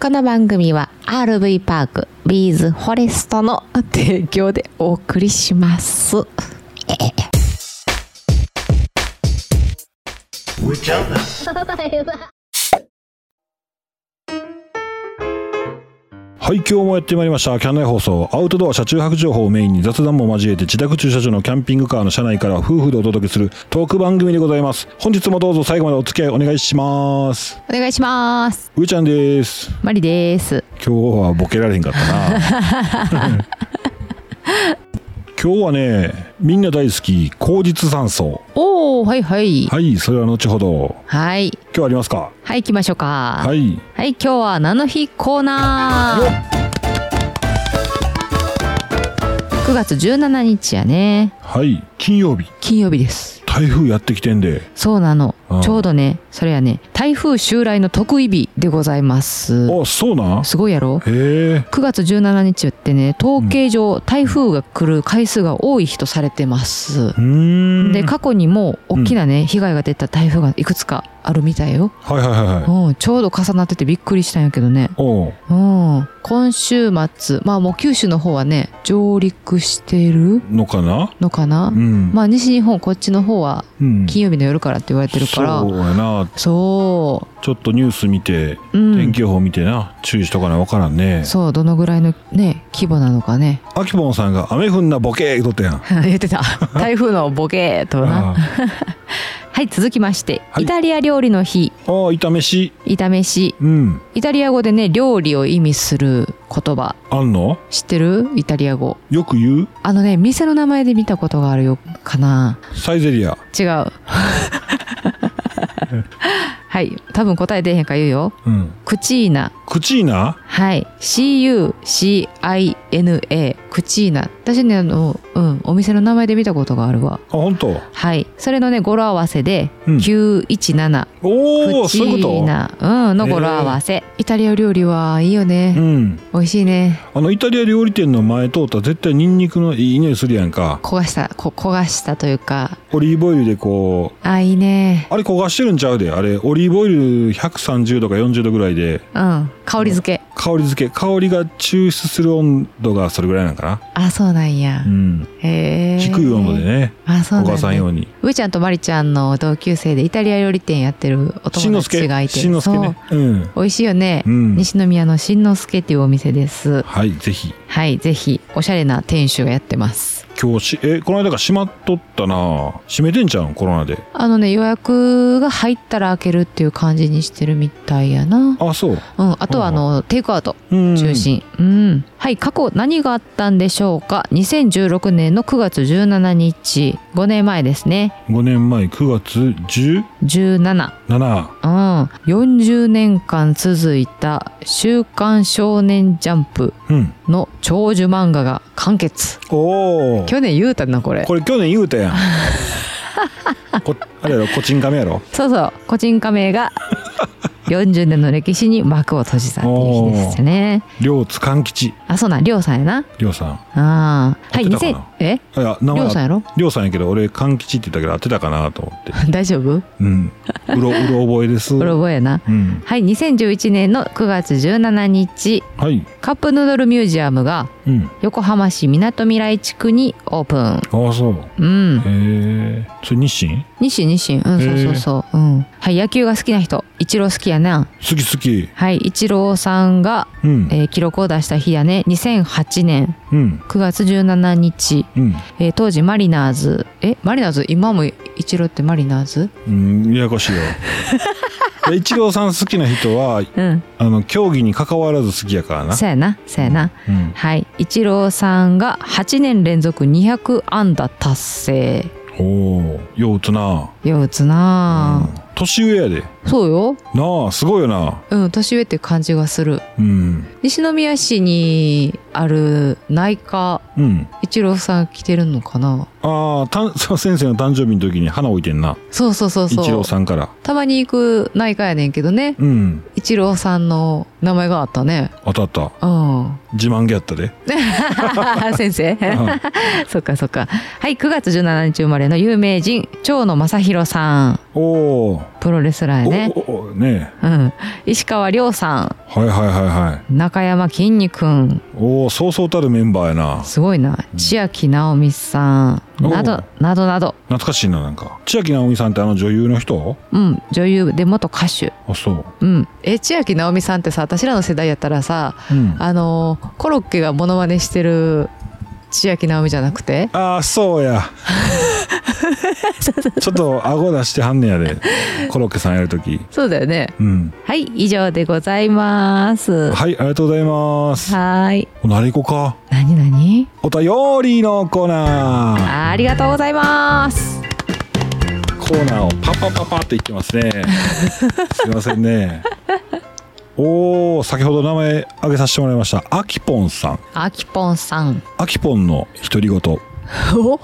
この番組は RV パークビーズフォレストの提供でお送りします。 はい、今日もやってまいりました。キャンナイ放送。アウトドア車中泊情報をメインに雑談も交えて自宅駐車場のキャンピングカーの車内から夫婦でお届けするトーク番組でございます。本日もどうぞ最後までお付き合いお願いします。お願いします。うーちゃんです。マリです。今日はボケられへんかったな。今日はね、みんな大好き、口実酸素。おお、はいはい。はい、それは後ほど。はい。今日ありますかはい、行きましょうか。は、はいい。今日は何の日コーナよー。9月17日やね。はい、金曜日。金曜日です。台風やってきてんで。そうなのあ。あちょうどね、それやね、台風襲来の特異日でございます。あ、そうなんすごいやろへえ。 9月17日ってね統計上台風が来る回数が多い日とされてますう、ーん。で過去にも大きなね、被害が出た台風がいくつかあるみたいよ、はいはいはいはい。うん、ちょうど重なっててびっくりしたんやけどね、おううん、今週末まあもう九州の方はね上陸してるのかなのかな、うん。まあ西日本こっちの方はうん金曜日の夜からって言われてるから、そうやな。そちょっとニュース見て、う、うん、天気予報見てな、注意しとかなわからんね。そうどのぐらいのね規模なのかねあきぼんさんが雨降んなボケー言うとったやん。 言 ってた台風のボケーとなあーはい続きまして、はいイタリア料理の日あー、炒めし。炒めしうん。イタリア語でね料理を意味する言葉あんの知ってるイタリア語よく言うあのね店の名前で見たことがあるよかなサイゼリア。違うはい多分答え出えへんから言うようん。クチーナクチーナはい CUCINA クチーナ私ねあの、うん、お店の名前で見たことがあるわあ、ほんと。はいそれのね語呂合わせでうん917、おプお、チそういうーこナうんの語呂合わせ、イタリア料理はいいよとうね、ん。美味しいねあの、イタリア料理店の前通ったら絶対ニンニクのいい匂いするやんか。焦がしたこ焦がしたというかオリーブオイルでこう、あいいねあれ焦がしてるんちゃうで。あれ、オリーブオイル130度か40度ぐらいで、うん香り付け香り付け香りが抽出する温度がそれぐらいなんかな、あそうなんや、うん、へえ低い温度でねあそうおなん母だ、さんね、用にうーちゃんとまりちゃんの同級生でイタリア料理店やってるおし友んのす達がけいてしんのすけねうん、美味しいよね、うん、西宮のしんのすけっていうお店ですはいぜひはいぜひおしゃれな店主がやってます今日しえこの間が閉まっとったな閉めてんじゃうんコロナであのね予約が入ったら開けるっていう感じにしてるみたいやなあそう、うん、あとはあほうのテイクアウトうん、中心、うんはい過去何があったんでしょうか2016年の9月17日5年前ですね5年前9月17 17うん、40年間続いた「週刊少年ジャンプうん」の長寿漫画が完結おお去年言うたなこれこれ去年言う たやんこあれやろコチンカメやろそうそう個人加盟 が40年の歴史に幕を閉じたっていう日ですね両津勘吉あそうなんりょうさんやな両さんあーは合いってたか2000なえあいや名りょ前うさんやろ りょうさんやけど俺勘吉って言ったけど当てたかなと思って大丈夫うん。うろ、うろ覚えです。これ覚えやなうん。はい、2011年の9月17日、はい。カップヌードルミュージアムがうん。横浜市みなとみらい地区にオープン。ああ、そう。うん。へえ。それ日清日清日清。うん、へそうーそうそう。うん。はい、野球が好きな人。イチロー好きやな。好き好き。はい、イチローさんが、うん。えー記録を出した日やね。2008年うん。 9月17日、うん。えー当時マリナーズ。え、マリナーズ今もイチローってマリナーズうん、ややこし いよ。で一郎さん好きな人は、うん。あの、競技に関わらず好きやからな。そうやな。そうやな。うん。はい、イチローさんが8年連続200安打達成。おお、よう打つな。いや打つうなあ、ん年上やで。そうよなあ、すごいよな。うん年上って感じがするうん。西宮市にある内科うん。一郎さん来てるのかなああ、たん、そう先生の誕生日の時に花置いてんな。そうそうそう一そう郎さんから。たまに行く内科やねんけどねうん。一郎さんの名前があったね当たった。うん自慢げやったで。 先生うん そっかそっかはい9月17日生まれの有名人蝶野正宏さんおおプロレスラーや ねおおおねうん石川亮さえはいはいはいはいん中山きんに君おおそうそうたるメンバーやなすごいな千秋直美さんおなどなどなど懐かしいななんか千秋直美さんってあの女優の人うん女優で元歌手あそううんえ千秋直美さんってさ私らの世代やったらさうんあのーコロッケがモノマネしてる千秋直美じゃなくてああそうや ちょっと顎出してはんねやでコロッケさんやるときそうだよねうんはい以上でございますははいありがとうございますーいおなりこか何何お便りのコーナーありがとうございますコーナーをパパパパって言ってますねすいませんねおお先ほど名前挙げさせてもらいましたあきぽんさんあきぽんさんあきぽんの独り言お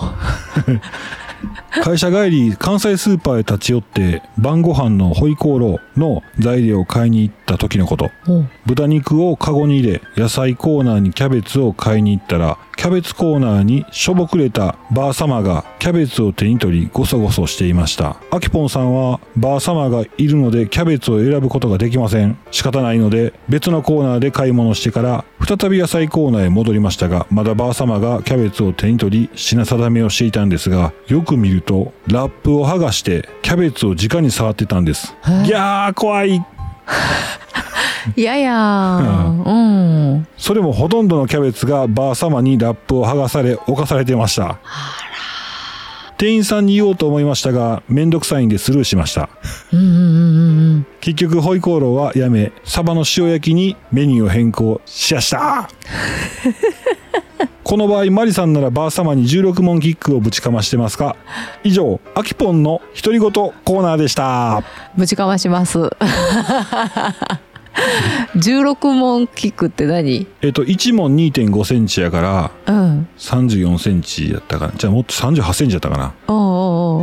会社帰り関西スーパーへ立ち寄って晩ご飯のホイコーローの材料を買いに行った時のことお豚肉をカゴに入れ野菜コーナーにキャベツを買いに行ったらキャベツコーナーにしょぼくれたばあ様がキャベツを手に取りゴソゴソしていましたあきぽんさんはばあ様がいるのでキャベツを選ぶことができません仕方ないので別のコーナーで買い物してから再び野菜コーナーへ戻りましたがまだばあ様がキャベツを手に取り品定めをしていたんですがよく見るとラップを剥がしてキャベツを直に触ってたんですいやー怖いいやいやーうんそれもほとんどのキャベツがバー様にラップを剥がされ犯されてました店員さんに言おうと思いましたがめんどくさいんでスルーしましたうんうんうんうんうん結局ホイコーローはやめサバの塩焼きにメニューを変更しやしたこの場合マリさんならバー様に16問キックをぶちかましてますか以上アキポンの独り言コーナーでしたぶちかまします 16問キックって何えっと1問2.5センチやからうん34センチやったかなじゃあもっと38センチやったかなおうおう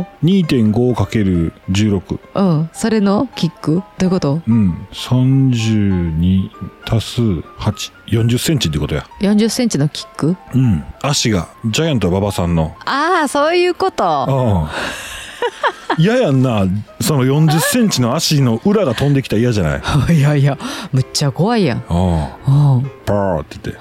お 2.5×16 ううんそれのキックどういうことうん32足す840センチってことや40センチのキックうん足がジャイアント馬場さんのああそういうことああ 嫌やんなその40センチの足の裏が飛んできたら嫌じゃない あいやいやむっちゃ怖いやんあうんパーって言って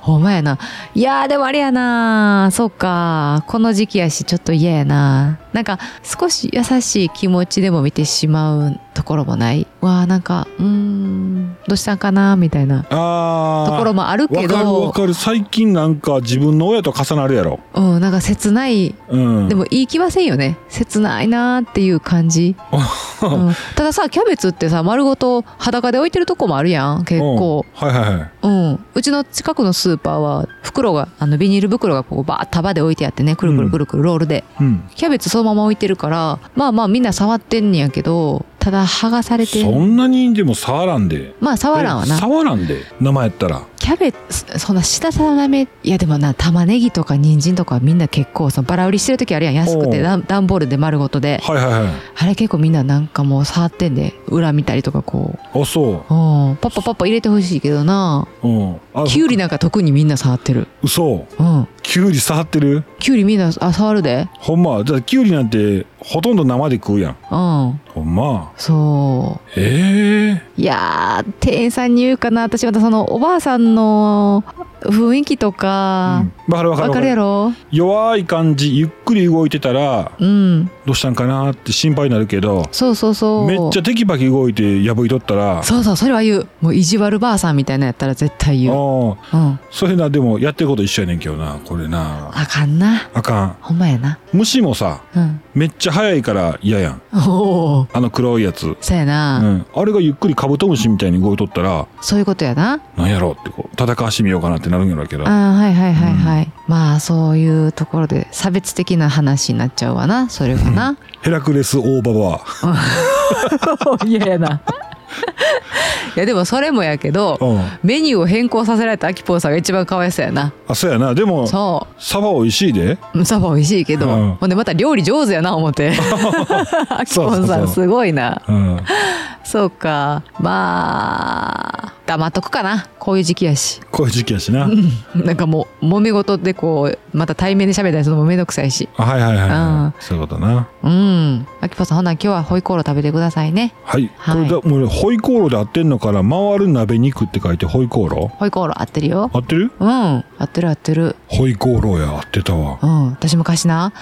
ほんまやないやーでもあれやなそうかこの時期やしちょっと嫌やななんか少し優しい気持ちでも見てしまうところもないわあなんかうーんどうしたんかなみたいなああところもあるけわかるわどかる最近なんか自分の親と重なるやろうんなんか切ないうんでも言いきませんよね切ないなーっていう感 じ、うんたださキャベツってさ丸ごと裸で置いてるとこもあるやん結構うんはいはいはうん、うちの近くのスーパーは袋があのビニール袋がこうバーッ束で置いてあってねくるくるくるくるロールで、いうんキャベツそのまま置いてるからまあまあみんな触ってんねやけどただ剥がされてそんなにでも触らんでまあ触らんわえな触らんで生やったらキャベツそんな下定めいやでもな玉ねぎとか人参とかみんな結構そのバラ売りしてる時あるやん安くおてう段段ボールで丸ごとではいはいはいあれ結構みんななんかもう触ってんで裏見たりとかこあそううんパッパパッパ入れてほしいけどなううんあきゅうりなんか特にみんな触ってる嘘うんキュウリ触ってるきゅうりみんなあ触るでほんまじゃあキュウリなんてほとんど生で食うやうんんほんまそえういやー店員さんに言うかな私またそのおばあさんの雰囲気とえかわ、かるわかわるかるやろ弱い感じゆっくり動いてたらうんどうしたんかなって心配になるけどそうそうそうめっちゃテキパキ動いて破いとったらあそうそうそれは言うもう意地悪ばあさんみたいなやったら絶対言うーうんそれなでもやってること一緒やねんけどなこれなあかんなあかんほんまやな虫もさうんめっちゃ速いから嫌やんおおあの黒いやつそうやうな、ん、あれがゆっくりカブトムシみたいに動いとったらそういうことやななんやろうってこう戦わしてみようかなってなるんやろうけどあーはいはいはいはい、まあそういうところで差別的な話になっちゃうわなそれは なヘラクレス大ババア嫌やな いやでもそれもやけどうん、メニューを変更させられたアキポーさんが一番かわいそうやなあそうやなでもそサバ美味しいでうサバ美味しいけど、うんほんでまた料理上手やな思ってア キポーさそうそうそうんすごいなうんそうかまあ黙っとくかなこういう時期やしこういう時期やしな。なんかもう揉め事でこうまた対面で喋ったりするのもめんどくさいしあはいはいはい、あはい。そういうことな。うんあきぽさんほな今日はホイコーロー食べてくださいねはい。はいこれだ、もう、ホイコーローで合ってんのから、回る鍋肉って書いて、ホイコーロホイコーロー合ってるよー合ってるうん合ってる合ってるホイコーローや、合ってたわ。うん私昔な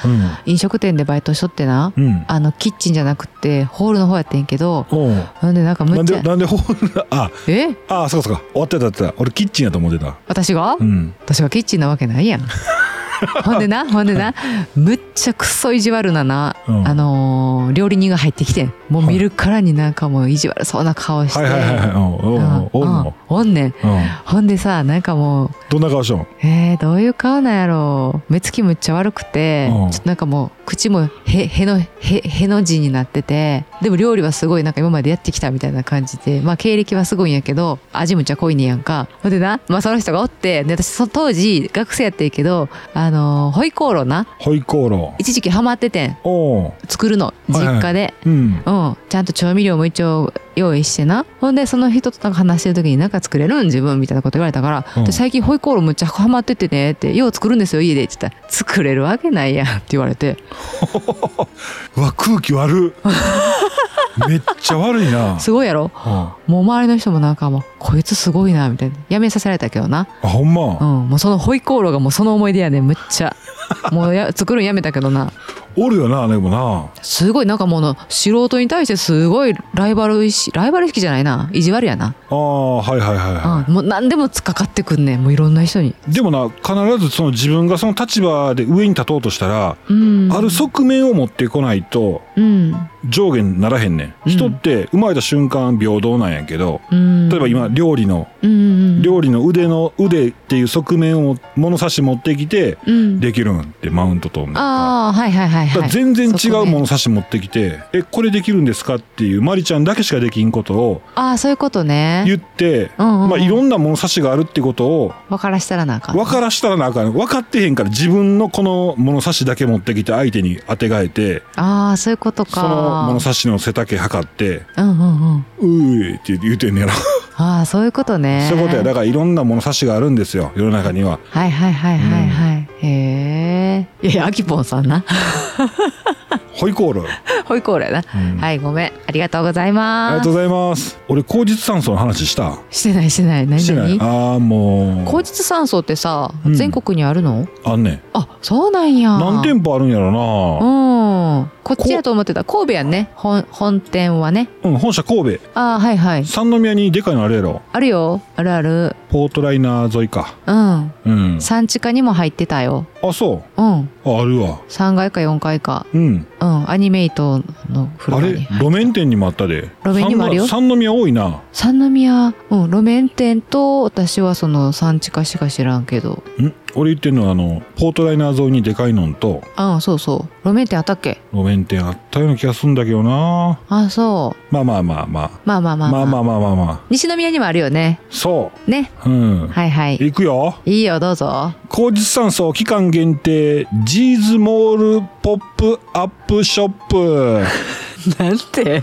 う。飲食店でバイトしとってなんうん。あのキッチンじゃなくってホールの方やってんけどおうほんでなんかむなっんちで、ゃなんでホール、あ、えあ、そうかそうか。終わってた終わってた。俺、キッチンやと思ってた。私がうん。私がキッチンなわけない やんほんでなほんでなむっちゃくそ意地悪なな、うんあのー料理人が入ってきてんもう見るからになんかもう意地悪そうな顔してはいはいはいはい。おうおううんおうおううんおんねんうん。ほんでさなんかもうどんな顔しとんえー、どういう顔なんやろう目つきむっちゃ悪くて、うんちょっとなんかもう口もへへのへへの字になっててでも料理はすごいなんか今までやってきたみたいな感じでまあ経歴はすごいんやけど味むっちゃ濃いねんやんかほんでな、まあ、その人がおってで私そ当時学生やってんけどあのーホイコーローなホイコーロ一時期ハマっててんー。おう作るの実家で、うん。うん、ちゃんと調味料も一応用意してなほんでその人となんか話してる時に何か作れるん自分みたいなこと言われたから、うんで最近ホイコーローむっちゃハマっててねってよう作るんですよ家でって言ったら作れるわけない やんって言われてうわ、空気悪 っ。めっちゃ悪いな。すごいやろうんあ、もう周りの人もなんかもうこいつすごいなみたいなやめさせられたけどな、ほんま。うん、もうそのホイコーローがもうその思い出やねむっち ゃもうや作るんやめたけどなおるよな、でもな。すごいなんかもうの素人に対してすごいライバル意識ライバル意識じゃないな意地悪やな、ああ、はいはいはいはうい。ん、もう何でもつっかかってくんねんもういろんな人に。でもな必ずその自分がその立場で上に立とうとしたら、うん、ある側面を持ってこないとうん、上下にならへんねん、うん人って生まれた瞬間平等なんやけどうん、例えば今料理の、うんうん、料理の腕の腕っていう側面を物差し持ってきてうん、できるんってマウント取るのかああはいはいはいだかはらい全然違う側面物差し持ってきて「えこれできるんですか?」っていうマリちゃんだけしかできんことをああそういうことね言って、うんうんうんまあ、いろんな物差しがあるってことを分からしたらなんかん分からしたらなあかん分かってへんから自分のこの物差しだけ持ってきて相手にあてがえてああそういうことかその物差しの背丈測ってうんうんうん「うーい」って言うてんねやろ、ああそういうことねそういうことやだかからいろんな物差しがあるんですよ世の中にはらはいはいはいはいはい、へえいやいやあきぽんさんな ホイコール、ホイコールやな、うんはいごめんありがとうございありまがすとうございます俺口実酸素の話したしてないしてない何してない何ああも高う実酸素ってさ、うん全国にあるのあんねんあそうなんや何店舗あるんやろうなんこっちやと思ってた神戸やんね本本店はねうん本社神戸ああはいはい三宮にでかいのあれやろあるよあるあるポートライナー沿いかうんうん産地下にも入ってたよあそううんああるわ3階か4階かうんうんアニメイトのフロあアれに路面店にもあったで路面にもあるよ三宮三宮多いな三宮うん路面店と私はその産地下しか知らんけどん俺言ってんのはあのポートライナー沿いにでかいのんとうんそうそう路面店あったっけ路面店あったような気がするんだけどなあそうまあまあまあままあまあまああ、まあまあまあまあまあ西宮にもあるよねそねううん、はいはい行くよいいよどうぞ高実酸素期間限定ジーズモールポップアップショッ プなんて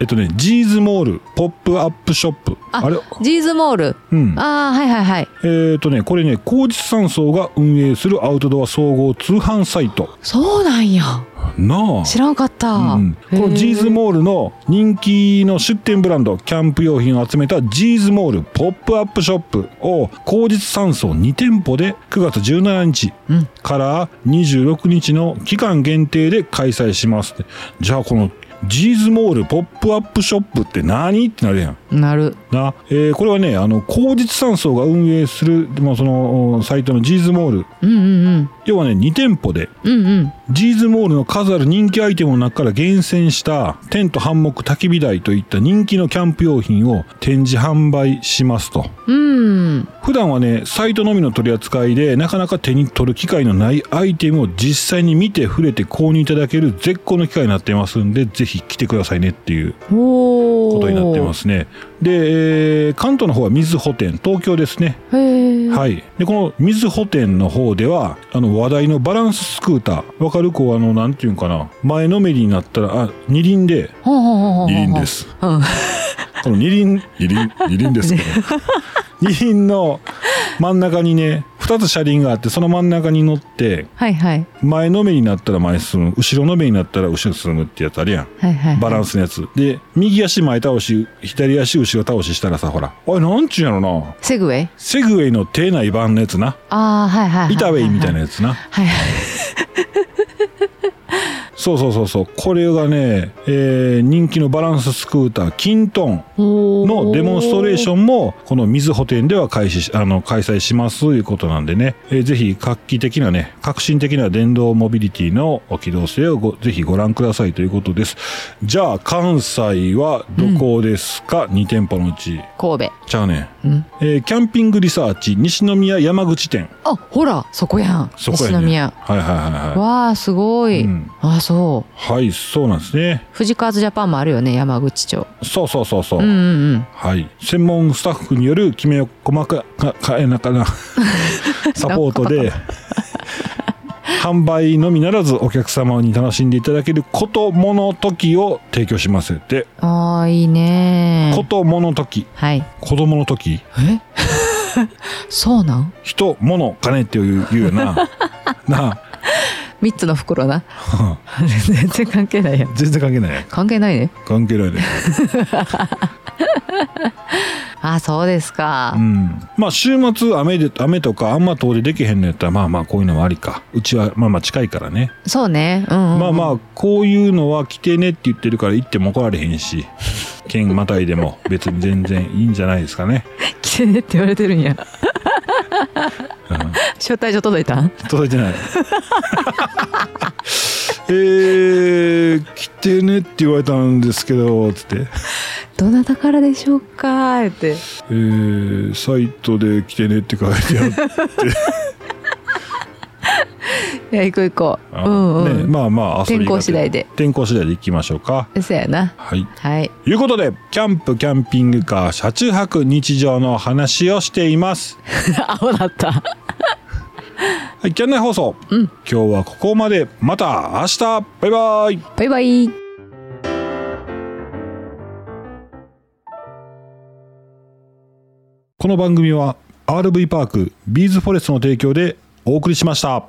えっとねジーズモールポップアップショップああれジーズモールうんああはいはいはいえっとねこれね高実酸素が運営するアウトドア総合通販サイトそうなんやなあ知らんかった、うん、このジーズもモールの人気の出店ブランドキャンプ用品を集めたジーズモールポップアップショップを高実酸素2店舗で9月17日うんから26日の期間限定で開催しますじゃあこのジーズモールポップアップショップって何ってなるやんなるな、えーこれはねあの高実酸素が運営するまあそのサイトのジーズモールうんうんうん要はね2店舗でうんうんジーズモールの数ある人気アイテムの中から厳選したテント、ハンモック、焚き火台といった人気のキャンプ用品を展示販売しますと。うん普段はね、サイトのみの取り扱いで、なかなか手に取る機会のないアイテムを実際に見て触れて購入いただける絶好の機会になっていますんで、ぜひ来てくださいねっていうおことになってますすね。で、えー関東の方は水穂店、東京ですね。へえ、はい、でこのみずほ店の方ではあの話題のバランススクーターわかるこうあのなんていうんかな前のめりになったらあ二輪でほんほんほんほんほん二輪ですうんこの二輪二輪二輪ですけど 二輪の真ん中にね二つ車輪があってその真ん中に乗ってはいはい前のめになったら前進む後ろのめになったら後ろ進むってやつあるやんはいはいバランスのやつで右足前倒し左足後ろ倒ししたらさほらあれなんちゅうんやろなセグウェイセグウェイの手内版のやつなああはいはいはいイタウェイみたいなややつなはいはいそうそうそうそうこれがね、えー人気のバランススクーターキントンののデモンストレーションンもこの水保店では開始しあの開催しますということなんでね、えーぜひ画期的なね革新的な電動モビリティの機動性をごぜひご覧くださいということですじゃあ関西はどこですか、2店舗のうち神戸ちゃうねうんんえーキャンピングリサーチ西宮山口店あほらそこやんそこやね西宮はいはいはいはわあすごい、うんあそういはいそうなんですね富士カーズジャパンもあるよね山口町そうそうそうそう、うんうんうんはい、専門スタッフによるきめ細かかかえなか なサポートで 販売のみならずお客様に楽しんでいただけることもの時を提供しますって、ああいいねこともの時はい子供の時え そうなん人物金っていう言うよ なな三つの袋なあ 全然関係ないやん全然関係ない関係ないね関係ないねあそうですか、うん、まあ週末雨で雨とかあんま遠出できへんのやったらまあまあこういうのもありかうちはまあまあ近いからねそうねうんうんうん、ま あまあこういうのは来てねって言ってるから行っても怒られへんし県またいでも別に全然いいんじゃないですかね、来てねって言われてるんやうん、招待状届いたん届いてない えー、来てねって言われたんですけどつって、どなたからでしょうかーってえー、サイトで来てねって書いてあるいや行こう行こ うあうんのうん、ねまあまあ遊天びが候次第で天候次第で行きましょうかそうやなはいはいいうことでキャンプキャンピングカー車中泊日常の話をしています 青だったはい、キャンナイ放送、うん今日はここまで。また明日バイバイバイバイこの番組は RV パークビーズフォレストの提供でお送りしました。